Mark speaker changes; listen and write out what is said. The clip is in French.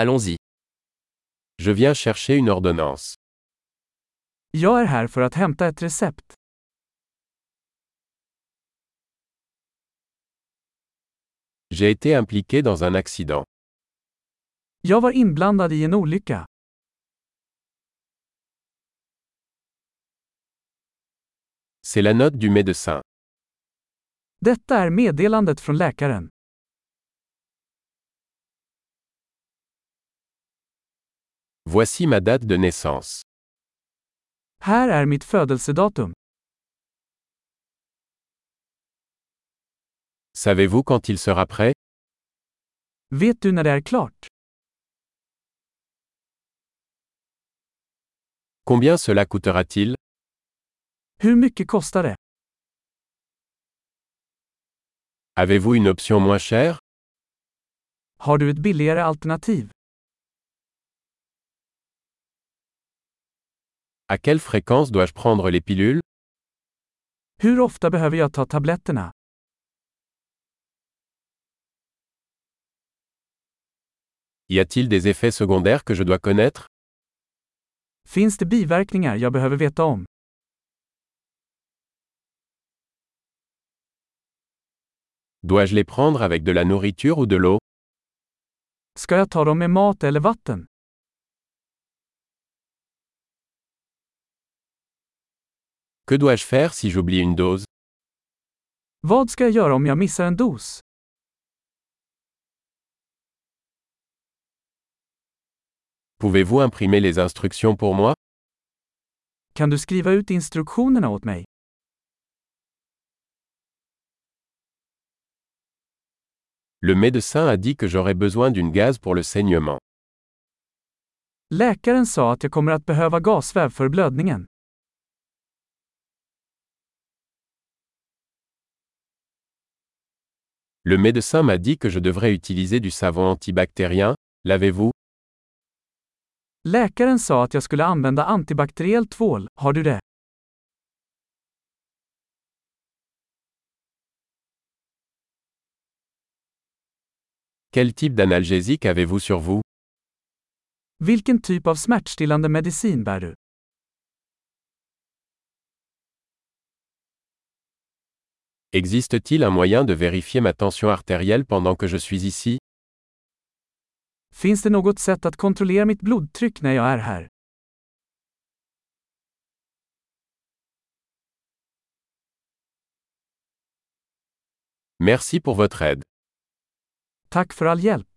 Speaker 1: Allons-y. Je viens chercher une ordonnance.
Speaker 2: Jag är här för att hämta ett recept.
Speaker 1: J'ai été impliqué dans un accident.
Speaker 2: Jag var inblandad i en olycka.
Speaker 1: C'est la note du médecin.
Speaker 2: Detta är meddelandet från läkaren.
Speaker 1: Voici ma date de naissance.
Speaker 2: Här är mitt födelsedatum.
Speaker 1: Savez-vous quand il sera prêt
Speaker 2: Vet du när det är klart?
Speaker 1: Combien cela coûtera-t-il
Speaker 2: Hur mycket kostar det?
Speaker 1: Avez-vous une option moins chère
Speaker 2: Har du ett billigare alternativ?
Speaker 1: À quelle fréquence dois-je prendre les pilules
Speaker 2: Hur ofta behöver jag ta tabletterna?
Speaker 1: Y a-t-il des effets secondaires que je dois connaître
Speaker 2: Finns det biverkningar jag behöver veta om?
Speaker 1: Dois-je les prendre avec de la nourriture ou de l'eau
Speaker 2: Ska jag ta dem med mat eller vatten?
Speaker 1: Que dois-je faire si j'oublie une dose
Speaker 2: Vad ska jag göra om jag missar en dos?
Speaker 1: Pouvez-vous imprimer les instructions pour moi
Speaker 2: Kan du skriva ut instruktionerna åt mig?
Speaker 1: Le médecin a dit que j'aurais besoin d'une gaz pour le saignement.
Speaker 2: Läkaren sa att jag kommer att behöva gasväv för blödningen.
Speaker 1: Le médecin m'a dit que je devrais utiliser du savon antibactérien. L'avez-vous
Speaker 2: Läkaren sa att jag skulle använda antibakteriell tvål, har du det?
Speaker 1: Quel type d'analgésique avez-vous sur vous
Speaker 2: Vilken typ av smärtstillande medicin bär du?
Speaker 1: Existe-t-il un moyen de vérifier ma tension artérielle pendant que je suis ici
Speaker 2: Finns det något sätt att kontrollera mitt blodtryck när jag är här?
Speaker 1: Merci pour votre aide.
Speaker 2: Tack för all hjälp.